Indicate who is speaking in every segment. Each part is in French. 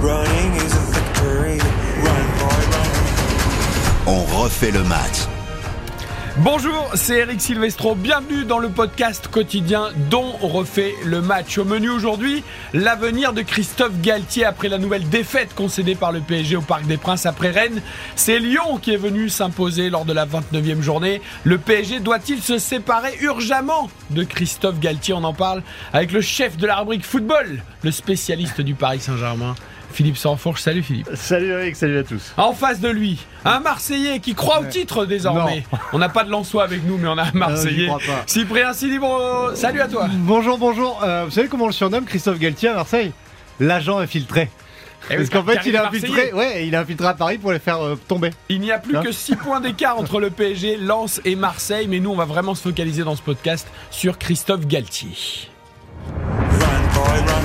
Speaker 1: Running is a victory. Run, boy, run.
Speaker 2: On refait le match.
Speaker 3: Bonjour, c'est Eric Silvestro. Bienvenue dans le podcast quotidien dont on refait le match. Au menu aujourd'hui, l'avenir de Christophe Galtier après la nouvelle défaite concédée par le PSG au Parc des Princes après Rennes. C'est Lyon qui est venu s'imposer lors de la 29e journée. Le PSG doit-il se séparer urgemment de Christophe Galtier On en parle avec le chef de la rubrique football, le spécialiste du Paris Saint-Germain, Philippe Sanfourche. Salut Philippe.
Speaker 4: Salut Eric, salut à tous.
Speaker 3: En face de lui, un Marseillais qui croit au titre désormais. On n'a pas de Lançois avec nous, mais on a un Marseillais.
Speaker 4: Non, j'y crois pas.
Speaker 3: Cyprien Silibro, salut à toi.
Speaker 4: Bonjour, bonjour. Euh, vous savez comment on le surnomme Christophe Galtier à Marseille L'agent infiltré.
Speaker 3: Eh oui,
Speaker 4: Parce qu'en fait,
Speaker 3: car
Speaker 4: il a
Speaker 3: est
Speaker 4: infiltré,
Speaker 3: Marseillais.
Speaker 4: ouais, il a infiltré à Paris pour les faire euh, tomber.
Speaker 3: Il n'y a plus
Speaker 4: Hein
Speaker 3: que 6 points d'écart entre le PSG, Lens et Marseille, mais nous, on va vraiment se focaliser dans ce podcast sur Christophe Galtier.
Speaker 1: Run, boy, run.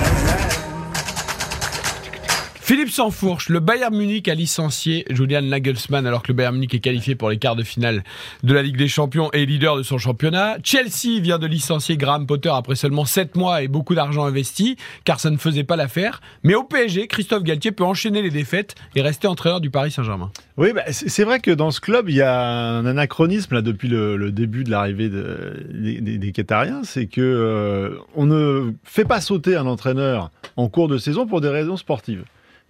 Speaker 3: Philippe Sanfourche, le Bayern Munich a licencié Julian Nagelsmann alors que le Bayern Munich est qualifié pour les quarts de finale de la Ligue des Champions et leader de son championnat. Chelsea vient de licencier Graham Potter après seulement 7 mois et beaucoup d'argent investi car ça ne faisait pas l'affaire. Mais au PSG, Christophe Galtier peut enchaîner les défaites et rester entraîneur du Paris Saint-Germain.
Speaker 4: Oui, bah, c'est c'est vrai que dans ce club, il y a un anachronisme là depuis le, le début de l'arrivée de- des, des- des Qatariens, c'est que euh, on ne fait pas sauter un entraîneur en cours de saison pour des raisons sportives.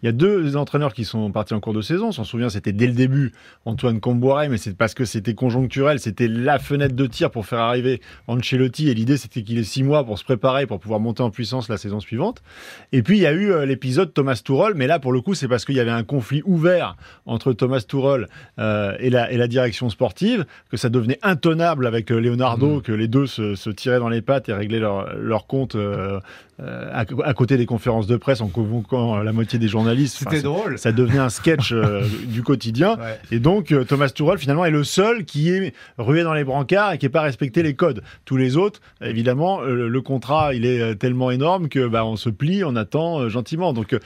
Speaker 4: Il y a deux entraîneurs qui sont partis en cours de saison. On s'en souvient, c'était dès le début Antoine Comboiré, mais c'est parce que c'était conjoncturel, c'était la fenêtre de tir pour faire arriver Ancelotti. Et l'idée, c'était qu'il ait six mois pour se préparer, pour pouvoir monter en puissance la saison suivante. Et puis, il y a eu euh, l'épisode Thomas Tuchel, mais là, pour le coup, c'est parce qu'il y avait un conflit ouvert entre Thomas Tuchel euh, et, la, et la direction sportive, que ça devenait intenable avec euh, Leonardo, que les deux se, se tiraient dans les pattes et réglaient leur, leur compte euh, euh, à, à côté des conférences de presse en convoquant euh, la moitié des journalistes. Enfin,
Speaker 5: drôle.
Speaker 4: ça devenait un sketch euh, du quotidien.
Speaker 5: Ouais.
Speaker 4: Et donc, euh, Thomas Tuchel, finalement, est le seul qui est rué dans les brancards et qui n'est pas respecté les codes. Tous les autres, évidemment, euh, le contrat, il est euh, tellement énorme que bah, on se plie, on attend euh, gentiment. Donc, euh,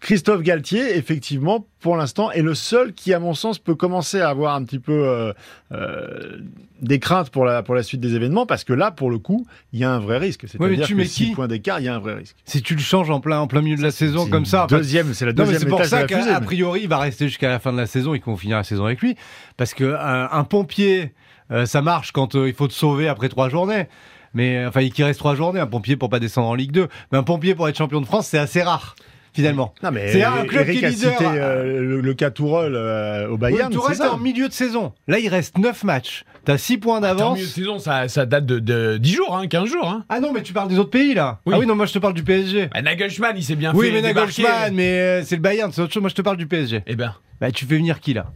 Speaker 4: Christophe Galtier, effectivement, pour l'instant, est le seul qui, à mon sens, peut commencer à avoir un petit peu euh, euh, des craintes pour la, pour la suite des événements, parce que là, pour le coup, il y a un vrai risque.
Speaker 5: mais
Speaker 4: C'est-à-dire
Speaker 5: tu
Speaker 4: que
Speaker 5: mets
Speaker 4: six
Speaker 5: qui
Speaker 4: points d'écart, il y a un vrai risque.
Speaker 5: Si tu le changes en plein, en plein milieu de la saison
Speaker 4: C'est
Speaker 5: comme ça. enfin,
Speaker 4: deuxième, c'est la
Speaker 5: non, mais
Speaker 4: deuxième
Speaker 5: c'est pour
Speaker 4: étage de
Speaker 5: ça
Speaker 4: la fusée,
Speaker 5: qu'a a
Speaker 4: mais-
Speaker 5: priori il va rester jusqu'à la fin de la saison et qu'on finira la saison avec lui. Parce que un, un pompier, euh, ça marche quand euh, il faut te sauver après trois journées. Mais euh, enfin, il qu'il reste trois journées, un pompier pour pas descendre en Ligue 2. Mais un pompier pour être champion de France, c'est assez rare finalement.
Speaker 4: Non, mais
Speaker 5: C'est un club
Speaker 4: Eric
Speaker 5: qui est
Speaker 4: a
Speaker 5: leader.
Speaker 4: cité, euh, le, le cas Tourelle, euh, au Bayern.
Speaker 5: Touré,
Speaker 4: c'est
Speaker 5: t'es
Speaker 4: ça
Speaker 5: en milieu de saison. Là, il reste 9 matchs. T'as 6 points d'avance.
Speaker 3: saison, ça, ça date de, de 10 jours, hein, 15 jours. Hein.
Speaker 5: Ah non, mais tu parles des autres pays là.
Speaker 3: Oui.
Speaker 5: Ah oui, non, moi je te parle du PSG.
Speaker 3: Bah, Nagelsmann, il s'est bien
Speaker 5: oui,
Speaker 3: fait
Speaker 5: mais
Speaker 3: débarquer.
Speaker 5: Nagelsmann, mais euh, c'est le Bayern, c'est autre chose. Moi je te parle du PSG.
Speaker 3: Eh ben,
Speaker 5: Bah, tu fais venir qui là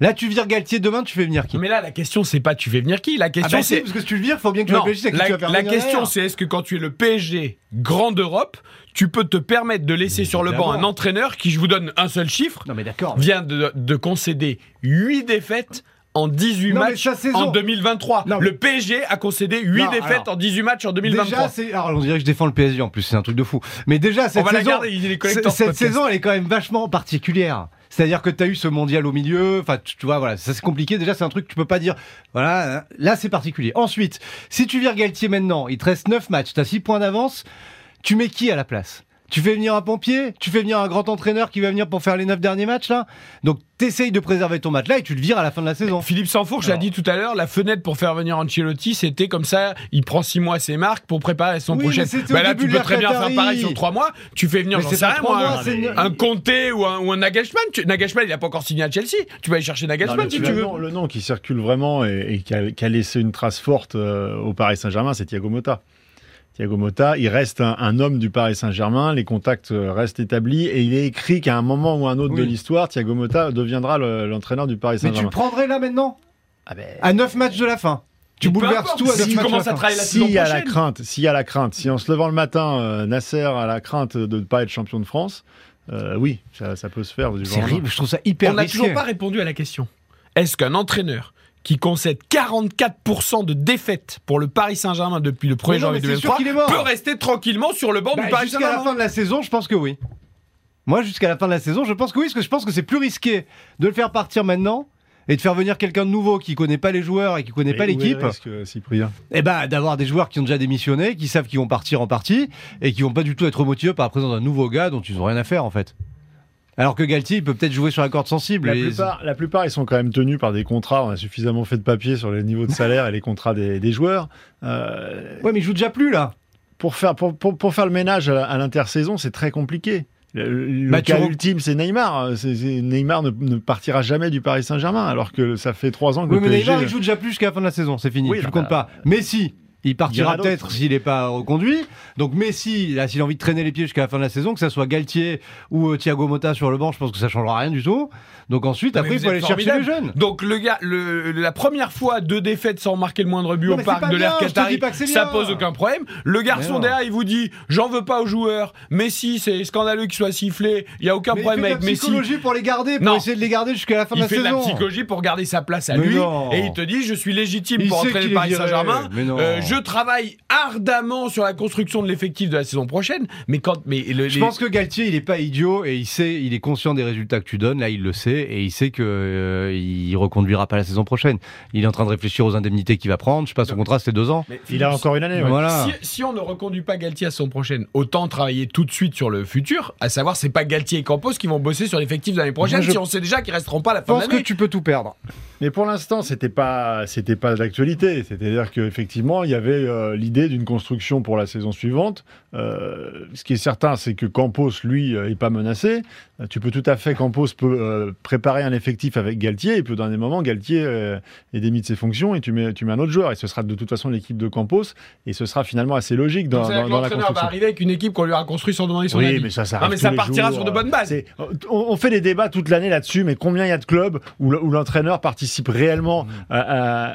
Speaker 5: Là, tu vires Galtier demain, tu fais venir qui
Speaker 3: mais là, la question, c'est pas tu fais venir qui La
Speaker 5: Ah
Speaker 3: question,
Speaker 5: bah si,
Speaker 3: c'est
Speaker 5: parce que si tu le vires, faut bien que tu
Speaker 3: Non,
Speaker 5: réfléchisses à qui
Speaker 3: la,
Speaker 5: tu vas faire
Speaker 3: la
Speaker 5: venir
Speaker 3: question
Speaker 5: derrière.
Speaker 3: c'est est-ce que quand tu es le PSG grande Europe, tu peux te permettre de laisser sur le banc
Speaker 5: évidemment.
Speaker 3: un entraîneur qui, je vous donne un seul chiffre,
Speaker 5: Non mais d'accord.
Speaker 3: vient de, de concéder 8 défaites en 18
Speaker 5: Non, mais
Speaker 3: matchs
Speaker 5: sa saison-
Speaker 3: en 2023.
Speaker 5: Non, mais-
Speaker 3: Le PSG a concédé 8
Speaker 5: Non,
Speaker 3: défaites
Speaker 5: alors-
Speaker 3: en 18 matchs en 2023.
Speaker 5: Déjà, c'est. Alors, on dirait que je défends le PSG en plus, c'est un truc de fou. Mais déjà,
Speaker 3: On
Speaker 5: cette
Speaker 3: va la
Speaker 5: saison.
Speaker 3: garder, il est collector,
Speaker 5: cette cette
Speaker 3: podcast.
Speaker 5: saison, elle est quand même vachement particulière. C'est-à-dire que tu as eu ce mondial au milieu, enfin, tu, tu vois, voilà, ça c'est compliqué. Déjà, c'est un truc que tu peux pas dire. Voilà, hein. là, c'est particulier. Ensuite, si tu vires Galtier maintenant, il te reste 9 matchs, tu as 6 points d'avance, tu mets qui à la place tu fais venir un pompier, tu fais venir un grand entraîneur qui va venir pour faire les 9 derniers matchs là. Donc t'essayes de préserver ton match là et tu le vires à la fin de la saison.
Speaker 3: Philippe Sanfourche a
Speaker 5: Alors-
Speaker 3: dit tout à l'heure, la fenêtre pour faire venir Ancelotti, c'était comme ça, il prend 6 mois ses marques pour préparer son
Speaker 5: Oui,
Speaker 3: prochain.
Speaker 5: mais c'était au
Speaker 3: Bah là, tu
Speaker 5: début de
Speaker 3: peux
Speaker 5: la
Speaker 3: très bien faire
Speaker 5: Qatari.
Speaker 3: pareil sur 3 mois. Tu fais venir,
Speaker 5: Mais
Speaker 3: j'en
Speaker 5: c'est
Speaker 3: sais
Speaker 5: pas
Speaker 3: rien,
Speaker 5: trois
Speaker 3: moi,
Speaker 5: mois, c'est Ah,
Speaker 3: un-
Speaker 5: une-
Speaker 3: un Conté ou un, ou un Nagelsmann. Tu- Nagelsmann, il a pas encore signé à Chelsea. Tu vas aller chercher
Speaker 4: Non,
Speaker 3: Nagelsmann
Speaker 4: le,
Speaker 3: si
Speaker 4: le
Speaker 3: tu veux.
Speaker 4: nom, le nom qui circule vraiment et, et qui, a, qui a laissé une trace forte euh, au Paris Saint-Germain, c'est Thiago Motta. Thiago Motta, il reste un, un homme du Paris Saint-Germain, les contacts euh, restent établis et il est écrit qu'à un moment ou un autre
Speaker 5: Oui.
Speaker 4: de l'histoire, Thiago Motta deviendra le- l'entraîneur du Paris
Speaker 5: Mais tu le
Speaker 4: Saint-Germain.
Speaker 5: prendrais là maintenant À 9 matchs de la fin. Tu
Speaker 3: Mais peu
Speaker 5: bouleverses
Speaker 3: importe,
Speaker 5: tout à
Speaker 3: si
Speaker 5: neuf
Speaker 3: tu
Speaker 5: matchs de
Speaker 3: commences
Speaker 5: la
Speaker 3: à
Speaker 5: fin.
Speaker 3: travailler la saison
Speaker 4: si à la
Speaker 3: prochaine.
Speaker 4: crainte, si à la crainte, si en se levant le matin, euh, Nasser a la crainte de ne pas être champion de France, euh, oui, ça, ça peut se faire du jour au
Speaker 5: C'est
Speaker 4: lendemain.
Speaker 5: horrible, je trouve ça hyper
Speaker 3: On n'a
Speaker 5: risqué.
Speaker 3: toujours pas répondu à la question. Est-ce qu'un entraîneur qui concède 44% de défaites pour le Paris Saint-Germain depuis le 1er
Speaker 5: Mais non,
Speaker 3: janvier
Speaker 5: mais c'est sûr
Speaker 3: 2023
Speaker 5: qu'il est mort.
Speaker 3: peut rester tranquillement sur le banc
Speaker 5: Bah,
Speaker 3: du Paris
Speaker 5: jusqu'à la
Speaker 3: Saint-Germain
Speaker 5: fin de la saison, je pense que oui. Moi, jusqu'à la fin de la saison, je pense que oui, parce que je pense que c'est plus risqué de le faire partir maintenant et de faire venir quelqu'un de nouveau qui connaît pas les joueurs et qui connaît
Speaker 4: Mais
Speaker 5: pas
Speaker 4: où est le
Speaker 5: l'équipe,
Speaker 4: risque, euh, Cyprien
Speaker 5: et ben d'avoir des joueurs qui ont déjà démissionné, qui savent qu'ils vont partir en partie et qui vont pas du tout être motivés par la présence d'un nouveau gars dont ils ont rien à faire en fait. Alors que Galtier, il peut peut-être jouer sur la corde sensible.
Speaker 4: La
Speaker 5: et-
Speaker 4: plupart, la plupart, ils sont quand même tenus par des contrats. On a suffisamment fait de papier sur les niveaux de salaire et les contrats des, des joueurs. Euh,
Speaker 5: Ouais, mais il joue déjà plus là.
Speaker 4: pour faire, pour, pour- pour faire le ménage à, à l'intersaison, c'est très compliqué. Le, le
Speaker 5: Bah, tu
Speaker 4: cas
Speaker 5: re-
Speaker 4: ultime, c'est Neymar. C'est- c'est- Neymar ne, ne partira jamais du Paris Saint-Germain, alors que ça fait trois ans que
Speaker 5: Oui,
Speaker 4: le
Speaker 5: mais
Speaker 4: PSG...
Speaker 5: Neymar, il joue déjà plus jusqu'à la fin de la saison, c'est fini.
Speaker 4: Oui,
Speaker 5: je le
Speaker 4: bah,
Speaker 5: compte pas. Messi,
Speaker 4: il
Speaker 5: il
Speaker 4: y en
Speaker 5: partira
Speaker 4: a d'autres.
Speaker 5: peut-être s'il n'est pas reconduit. Donc Messi, là, s'il a envie de traîner les pieds jusqu'à la fin de la saison, que ça soit Galtier ou euh, Thiago Motta sur le banc, je pense que ça changera rien du tout. Donc ensuite,
Speaker 3: Non, mais
Speaker 5: après, il
Speaker 3: vous
Speaker 5: faut
Speaker 3: êtes
Speaker 5: aller chercher les
Speaker 3: formidable.
Speaker 5: jeunes.
Speaker 3: Donc le gars, le- la première fois deux défaites sans marquer le moindre but
Speaker 5: Non,
Speaker 3: au
Speaker 5: mais c'est
Speaker 3: parc
Speaker 5: pas
Speaker 3: de l'Air
Speaker 5: bien, je te
Speaker 3: Qatari,
Speaker 5: dis pas que c'est
Speaker 3: ça
Speaker 5: bien.
Speaker 3: pose aucun problème. Le garçon
Speaker 5: non.
Speaker 3: derrière, il vous dit j'en veux pas aux joueurs. Messi, c'est scandaleux qu'il soit sifflé. Il y a aucun
Speaker 5: Mais il fait
Speaker 3: problème
Speaker 5: de la
Speaker 3: avec Messi.
Speaker 5: psychologie pour les garder, pour
Speaker 3: Non.
Speaker 5: essayer de les garder jusqu'à la fin
Speaker 3: Il
Speaker 5: de la
Speaker 3: fait de la
Speaker 5: saison.
Speaker 3: psychologie pour garder sa place à
Speaker 5: Mais
Speaker 3: lui
Speaker 5: non.
Speaker 3: et il te dit je suis légitime
Speaker 5: Il
Speaker 3: pour
Speaker 5: sait
Speaker 3: entraîner
Speaker 5: qu'il
Speaker 3: le
Speaker 5: est
Speaker 3: Paris
Speaker 5: viré,
Speaker 3: Saint-Germain.
Speaker 5: mais non.
Speaker 3: Euh, je travaille ardemment sur la construction de l'effectif de la saison prochaine. Mais quand mais le-
Speaker 5: Je
Speaker 3: les-
Speaker 5: pense que Galtier, il est pas idiot et il sait, il est conscient des résultats que tu donnes. Là, il le sait et il sait que euh, il reconduira pas la saison prochaine. Il est en train de réfléchir aux indemnités qu'il va prendre. Je sais pas, son contrat, c'est deux ans.
Speaker 3: Mais
Speaker 4: Il a
Speaker 3: Philippe,
Speaker 4: encore une année. ouais.
Speaker 5: Voilà.
Speaker 3: Si, si on ne reconduit pas Galtier à son prochaine, autant travailler tout de suite sur le futur. À savoir, c'est pas Galtier et Campos qui vont bosser sur l'effectif de l'année prochaine,
Speaker 5: Moi, je
Speaker 3: si on sait déjà qu'ils resteront pas à la
Speaker 5: Je
Speaker 3: fin de
Speaker 5: pense que
Speaker 3: l'année.
Speaker 5: tu peux tout perdre.
Speaker 4: Mais pour l'instant, c'était pas, c'était pas d'actualité. C'est-à-dire qu'effectivement, il y avait euh, l'idée d'une construction pour la saison suivante. Euh, ce qui est certain, c'est que Campos, lui, euh, est pas menacé. Euh, tu peux tout à fait, Campos peut euh, préparer un effectif avec Galtier, et puis au dernier moment, Galtier euh, est démis de ses fonctions, et tu mets, tu mets un autre joueur. Et ce sera de toute façon l'équipe de Campos, et ce sera finalement assez logique dans,
Speaker 3: C'est-à-dire
Speaker 4: dans-
Speaker 3: que
Speaker 4: dans la
Speaker 3: l'entraîneur va
Speaker 4: construction.
Speaker 3: arriver avec une équipe qu'on lui aura construite sans demander son
Speaker 4: Oui,
Speaker 3: avis.
Speaker 4: mais ça, ça
Speaker 3: Non,
Speaker 4: arrive
Speaker 3: mais
Speaker 4: tous
Speaker 3: ça
Speaker 4: les
Speaker 3: partira
Speaker 4: jours. euh. hein.
Speaker 3: sur de bonnes bases.
Speaker 4: C'est- On, on fait des débats toute l'année là-dessus, mais combien il y a de clubs où, le- où l'entraîneur participe réellement
Speaker 5: Mmh.
Speaker 4: à-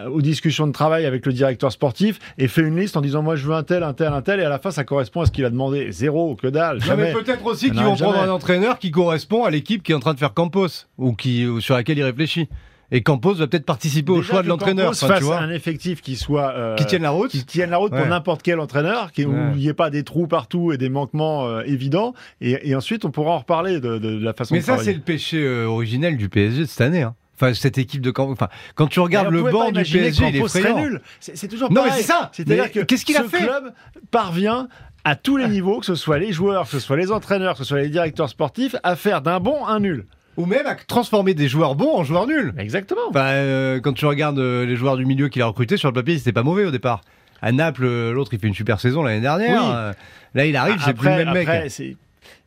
Speaker 4: à- aux discussions de travail avec le directeur sportif et fait une liste en disant moi je veux un tel, un tel, un tel, et à la fin ça correspond à ce qu'il a demandé. Zéro, que dalle,
Speaker 5: Non, mais
Speaker 4: jamais.
Speaker 5: peut-être aussi
Speaker 4: Ça
Speaker 5: qu'ils vont
Speaker 4: n'arrive
Speaker 5: prendre
Speaker 4: jamais.
Speaker 5: un entraîneur qui correspond à l'équipe qui est en train de faire Campos ou qui ou sur laquelle il réfléchit. Et Campos va peut-être participer au
Speaker 4: Déjà
Speaker 5: choix de
Speaker 4: que
Speaker 5: l'entraîneur,
Speaker 4: Campos
Speaker 5: enfin, tu
Speaker 4: fasse
Speaker 5: vois,
Speaker 4: un effectif qui soit euh,
Speaker 5: qui tienne la route.
Speaker 4: qui tienne la route pour
Speaker 5: Ouais.
Speaker 4: n'importe quel entraîneur, qui, où
Speaker 5: Ouais.
Speaker 4: il n'y ait pas des trous partout et des manquements euh, évidents. Et, et ensuite, on pourra en reparler de, de- de la façon
Speaker 5: Mais
Speaker 4: de
Speaker 5: ça,
Speaker 4: travailler.
Speaker 5: c'est le péché euh, originel du PSG de cette année. hein. Enfin, cette équipe de Campos. Enfin, quand tu regardes
Speaker 4: Mais on
Speaker 5: le
Speaker 4: pouvait pas
Speaker 5: banc du
Speaker 4: imaginer
Speaker 5: PSG, il est
Speaker 4: Campos serait
Speaker 5: effrayant.
Speaker 4: nul. C'est c'est toujours
Speaker 5: Non,
Speaker 4: pareil.
Speaker 5: mais c'est ça.
Speaker 4: C'est-à-dire
Speaker 5: Mais
Speaker 4: que
Speaker 5: qu'est-ce qu'il a
Speaker 4: ce
Speaker 5: fait
Speaker 4: club parvient à tous les niveaux, que ce soit les joueurs, que ce soit les entraîneurs, que ce soit les directeurs sportifs, à faire d'un bon un nul.
Speaker 5: Ou même à transformer des joueurs bons en joueurs nuls.
Speaker 4: Exactement.
Speaker 5: Enfin, euh, quand tu regardes euh, les joueurs du milieu qu'il a recrutés sur le papier, c'était pas mauvais au départ. À Naples, euh, l'autre, il fait une super saison l'année dernière.
Speaker 4: Oui. Ah,
Speaker 5: Euh, Là, il arrive, c'est plus le même mec.
Speaker 4: après, c'est- il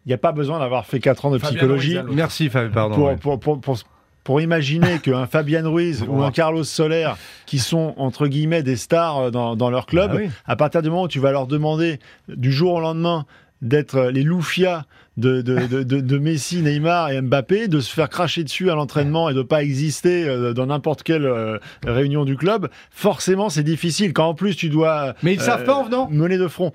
Speaker 4: n'y a pas besoin d'avoir fait 4 ans de
Speaker 3: Fabien
Speaker 4: psychologie
Speaker 3: Ruiz,
Speaker 5: Merci, Fabien, pardon.
Speaker 4: pour,
Speaker 5: ouais.
Speaker 4: pour, pour, pour- pour imaginer qu'un Fabian Ruiz ou un Carlos Soler, qui sont entre guillemets des stars euh, dans, dans leur club,
Speaker 5: Ah oui.
Speaker 4: à partir du moment où tu vas leur demander euh, du jour au lendemain d'être euh, les loufias de, de, de, de- de Messi, Neymar et Mbappé, de se faire cracher dessus à l'entraînement et de pas exister euh, dans n'importe quelle euh, réunion du club, forcément c'est difficile. Quand en plus tu dois euh,
Speaker 5: Mais ils savent pas en venant.
Speaker 4: mener de front.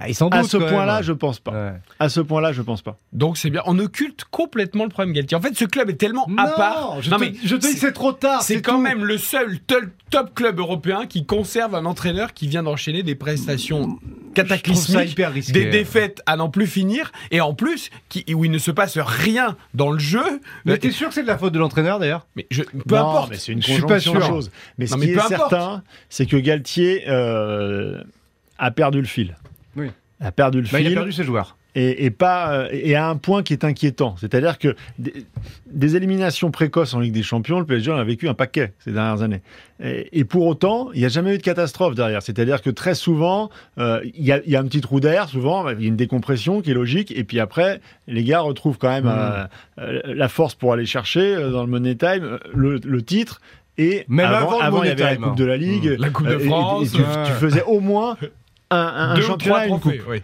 Speaker 5: Ah, ils s'en doutent.
Speaker 4: À ce
Speaker 5: quand même.
Speaker 4: point-là, je pense pas.
Speaker 5: Ouais.
Speaker 4: À ce point-là, je pense pas.
Speaker 3: Donc c'est bien. On occulte complètement le problème Galtier. En fait, ce club est tellement à
Speaker 5: Non,
Speaker 3: part.
Speaker 5: je
Speaker 3: Non,
Speaker 5: te,
Speaker 3: mais
Speaker 5: je te dis que Ah, c'est trop tard.
Speaker 3: C'est quand
Speaker 5: tout.
Speaker 3: même le seul tel- top club européen qui conserve un entraîneur qui vient d'enchaîner des prestations
Speaker 5: Je trouve ça
Speaker 3: cataclysmiques,
Speaker 5: hyper risqué.
Speaker 3: des défaites à n'en plus finir, et en plus qui, où il ne se passe rien dans le jeu.
Speaker 5: Mais t'es sûr que c'est de la faute de l'entraîneur d'ailleurs
Speaker 3: Mais je- peu
Speaker 4: Non,
Speaker 3: importe.
Speaker 4: mais c'est une
Speaker 5: Je suis pas
Speaker 4: conjonction de
Speaker 5: sûr.
Speaker 4: choses. Mais ce
Speaker 3: Non, mais
Speaker 4: qui est
Speaker 3: peu importe.
Speaker 4: certain, c'est que Galtier euh, a perdu le fil.
Speaker 5: Oui.
Speaker 4: A perdu le
Speaker 5: Bah,
Speaker 4: fil
Speaker 5: Il a perdu ses joueurs.
Speaker 4: et, et pas euh, et à un point qui est inquiétant. C'est-à-dire que des, des éliminations précoces en Ligue des Champions, le PSG en a vécu un paquet ces dernières années. Et, et pour autant, il n'y a jamais eu de catastrophe derrière. C'est-à-dire que très souvent, euh, il y, a- il y a un petit trou d'air, souvent il y a une décompression qui est logique. Et puis après, les gars retrouvent quand
Speaker 3: Mmh.
Speaker 4: même euh, euh, la force pour aller chercher euh, dans le Money Time euh, le, le titre. Et
Speaker 5: Même avant le
Speaker 4: avant il y
Speaker 5: Money
Speaker 4: avait la
Speaker 5: Time.
Speaker 4: Coupe de la Ligue,
Speaker 3: Mmh. La Coupe de
Speaker 4: euh, et- et- et
Speaker 3: France,
Speaker 4: tu,
Speaker 5: ouais.
Speaker 4: tu faisais au moins un, un- un
Speaker 3: Deux ou
Speaker 4: championnat
Speaker 3: trois
Speaker 4: et une coupe.
Speaker 3: trophées. oui.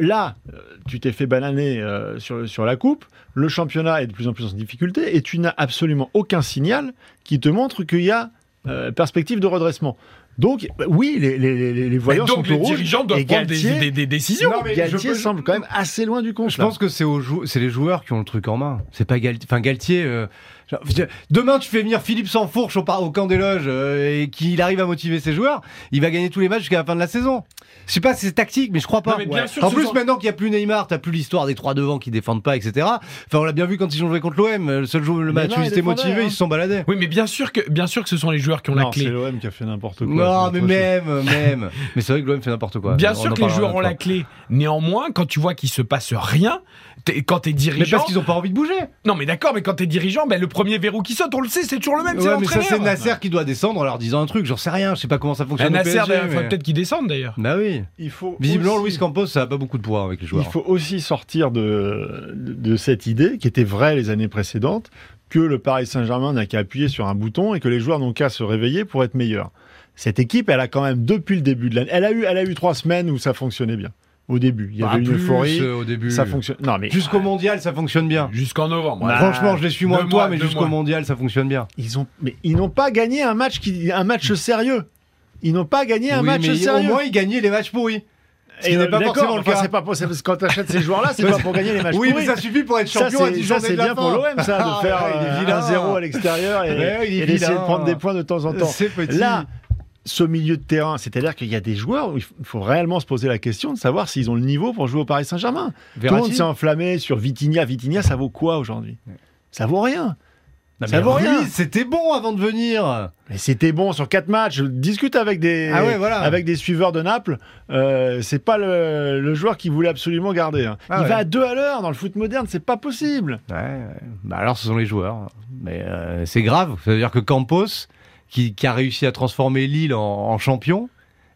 Speaker 4: Là, euh, tu t'es fait bananer euh, sur, sur la coupe, le championnat est de plus en plus en difficulté et tu n'as absolument aucun signal qui te montre qu'il y a euh, perspective de redressement. Donc, bah, oui, les, les, les- les
Speaker 3: Et
Speaker 4: voyants
Speaker 3: donc
Speaker 4: sont au
Speaker 3: les
Speaker 4: rouge.
Speaker 3: dirigeants doivent
Speaker 4: et
Speaker 3: prendre des,
Speaker 4: Galtier-
Speaker 3: des- des décisions.
Speaker 5: Non, mais je
Speaker 4: Galtier
Speaker 5: peux-
Speaker 4: semble quand même assez loin du compte.
Speaker 5: Je
Speaker 4: là.
Speaker 5: pense que c'est aux jou- c'est les joueurs qui ont le truc en main. C'est pas Galtier. Enfin, Galtier, euh, Genre, je- Demain, tu fais venir Philippe Sansfourche au, par- au camp des loges euh, et qu'il arrive à motiver ses joueurs, il va gagner tous les matchs jusqu'à la fin de la saison. Je sais pas si c'est tactique, mais je crois pas.
Speaker 3: Non, mais bien sûr,
Speaker 5: en
Speaker 3: ce
Speaker 5: plus,
Speaker 3: sont-
Speaker 5: maintenant qu'il n'y a plus Neymar, t'as plus l'histoire des trois devants qui défendent pas, etc. Enfin, on l'a bien vu quand ils ont joué contre l'OM, euh, le seul jour où le match
Speaker 4: Neymar,
Speaker 5: où
Speaker 4: il
Speaker 5: ils étaient
Speaker 4: défendait,
Speaker 5: motivés,
Speaker 4: hein.
Speaker 5: ils se sont baladés.
Speaker 3: Oui, mais bien sûr que, bien sûr que ce sont les joueurs qui ont la
Speaker 4: Non, c'est
Speaker 3: clé.
Speaker 4: l'OM qui a fait n'importe quoi.
Speaker 5: Non,
Speaker 4: c'est autre
Speaker 5: mais
Speaker 4: chose.
Speaker 5: même, même. Mais c'est vrai que l'OM fait n'importe quoi.
Speaker 3: Bien
Speaker 5: On en
Speaker 3: sûr que les
Speaker 5: parlera
Speaker 3: joueurs
Speaker 5: une
Speaker 3: ont
Speaker 5: autre
Speaker 3: la
Speaker 5: fois.
Speaker 3: clé. Néanmoins, quand tu vois qu'il se passe rien, t'es- quand t'es
Speaker 5: Mais
Speaker 3: dirigeant,
Speaker 5: parce qu'ils ont pas envie de bouger.
Speaker 3: non mais d'accord, mais quand t'es dirigeant, ben, le premier verrou qui saute, on le sait, c'est toujours le même, c'est
Speaker 5: Ouais, mais ça, c'est
Speaker 3: l'entraîneur.
Speaker 5: Nasser qui doit descendre en leur disant un truc. J'en sais rien, je sais pas comment ça
Speaker 3: Un
Speaker 5: fonctionne. au
Speaker 3: Nasser,
Speaker 5: PSG,
Speaker 3: d'ailleurs, il
Speaker 5: mais-
Speaker 3: faudrait peut-être qu'il descende d'ailleurs.
Speaker 5: Bah oui.
Speaker 4: Il faut
Speaker 5: Visiblement,
Speaker 4: aussi-
Speaker 5: Luis Campos, ça a pas beaucoup de pouvoir avec les
Speaker 4: Il
Speaker 5: joueurs.
Speaker 4: faut aussi sortir de, de, de cette idée qui était vraie les années précédentes que le Paris Saint-Germain n'a qu'à appuyer sur un bouton et que les joueurs n'ont qu'à se réveiller pour être meilleurs. Cette équipe, elle a quand même depuis le début de l'année, elle a eu, elle a eu trois semaines où ça fonctionnait bien. Au début, il y
Speaker 5: Bah,
Speaker 4: avait une
Speaker 5: plus,
Speaker 4: euphorie,
Speaker 5: euh, au début.
Speaker 4: ça fonctionne. Non mais
Speaker 5: Jusqu'au mondial, ça fonctionne bien.
Speaker 3: Jusqu'en novembre.
Speaker 4: Bah,
Speaker 5: Franchement, je les suis moins
Speaker 3: deux
Speaker 5: que toi,
Speaker 3: mois,
Speaker 5: mais
Speaker 3: deux
Speaker 5: jusqu'au
Speaker 3: mois.
Speaker 5: mondial, ça fonctionne bien.
Speaker 4: ils ont, mais ils n'ont pas gagné un match qui, un match sérieux. Ils n'ont pas gagné un
Speaker 5: Oui,
Speaker 4: match
Speaker 5: mais au
Speaker 4: sérieux.
Speaker 5: moins, ils gagnaient les matchs pourris. ce qui
Speaker 4: Et,
Speaker 5: n'est
Speaker 4: euh,
Speaker 5: pas
Speaker 4: d'accord,
Speaker 5: forcément le
Speaker 4: enfin,
Speaker 5: cas.
Speaker 4: c'est pas pour- c'est- quand tu achètes ces joueurs-là, c'est pas pour gagner les matchs.
Speaker 5: oui, mais
Speaker 4: pourris.
Speaker 5: ça suffit pour être champion
Speaker 4: ça,
Speaker 5: à
Speaker 4: c'est-
Speaker 5: 10
Speaker 4: ça,
Speaker 5: journées
Speaker 4: c'est
Speaker 5: de la
Speaker 4: bien
Speaker 5: fin.
Speaker 4: pour l'OM, ça,
Speaker 5: Ah,
Speaker 4: de faire
Speaker 5: ouais, il est
Speaker 4: euh,
Speaker 5: vilain.
Speaker 4: 1-0 à l'extérieur et,
Speaker 5: Ouais, il est
Speaker 4: et d'essayer
Speaker 5: vilain.
Speaker 4: de prendre des points de temps en temps.
Speaker 5: C'est petit.
Speaker 4: Là, ce milieu de terrain, c'est-à-dire qu'il y a des joueurs où il faut- il faut réellement se poser la question de savoir s'ils ont le niveau pour jouer au Paris Saint-Germain. Tout le monde
Speaker 5: Verratti.
Speaker 4: s'est enflammé sur Vitinha. Vitinha, ça vaut quoi aujourd'hui Ça vaut rien.
Speaker 5: Non,
Speaker 4: ça
Speaker 5: mais
Speaker 4: vaut
Speaker 5: Ruiz,
Speaker 4: rien.
Speaker 5: C'était bon avant de venir.
Speaker 4: Mais c'était bon sur quatre matchs. Je discute avec des,
Speaker 5: Ah ouais, voilà.
Speaker 4: avec des suiveurs de Naples. Euh, c'est pas le, le joueur qui voulait absolument garder. hein.
Speaker 5: Ah
Speaker 4: Il
Speaker 5: ouais.
Speaker 4: va à deux à l'heure dans le foot moderne, c'est pas possible.
Speaker 5: Ouais, ouais. Bah alors ce sont les joueurs. Mais euh, c'est grave. Ça veut dire que Campos, qui, qui a réussi à transformer Lille en, en champion,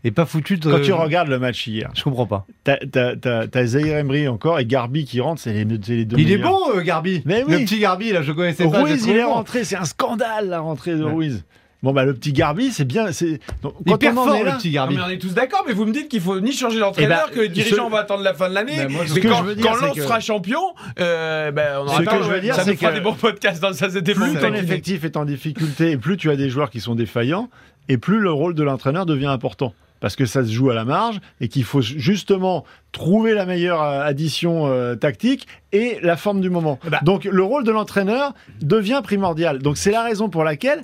Speaker 5: est pas foutu de.
Speaker 4: Quand tu regardes le match hier,
Speaker 5: Je comprends pas.
Speaker 4: T'as- T'as t'as- t'as Zaïre Emery encore et Garbi qui rentre, c'est les, c'est les deux.
Speaker 5: Il est
Speaker 4: meilleurs.
Speaker 5: bon, euh, Garbi.
Speaker 4: Mais oui.
Speaker 5: Le petit Garbi, là, je connaissais pas. je le
Speaker 4: Ruiz, il
Speaker 5: trouvais
Speaker 4: est
Speaker 5: bon.
Speaker 4: rentré, c'est un scandale la rentrée de
Speaker 5: Ouais.
Speaker 4: Ruiz. Bon bah le petit Garbi, c'est bien. c'est- donc,
Speaker 5: Il
Speaker 4: quand
Speaker 5: perd
Speaker 4: on en
Speaker 5: fort,
Speaker 4: est là,
Speaker 5: le petit
Speaker 3: Non,
Speaker 5: Garbi.
Speaker 3: Ah, mais on est tous d'accord, mais vous me dites qu'il faut ni changer l'entraîneur,
Speaker 4: Eh ben,
Speaker 3: que les dirigeants
Speaker 4: ce-
Speaker 3: vont attendre la fin de l'année.
Speaker 5: Ben, moi, ce
Speaker 3: mais
Speaker 4: que
Speaker 3: quand,
Speaker 4: je veux dire,
Speaker 3: quand
Speaker 4: c'est
Speaker 3: Lens
Speaker 4: que-
Speaker 3: sera champion, euh, ben, on
Speaker 4: Ce
Speaker 3: aura
Speaker 4: que
Speaker 3: pas-
Speaker 4: je veux dire,
Speaker 3: ça
Speaker 4: c'est
Speaker 3: nous fera
Speaker 4: que-
Speaker 3: des bons podcasts dans ça, c'était
Speaker 4: plus
Speaker 3: pour
Speaker 4: ton
Speaker 3: taquiner.
Speaker 4: effectif est en difficulté et plus tu as des joueurs qui sont défaillants et plus le rôle de l'entraîneur devient important. Parce que ça se joue à la marge et qu'il faut justement trouver la meilleure euh, addition euh, tactique et la forme du moment.
Speaker 3: Eh ben-
Speaker 4: Donc le rôle de l'entraîneur devient primordial. Donc c'est la raison pour laquelle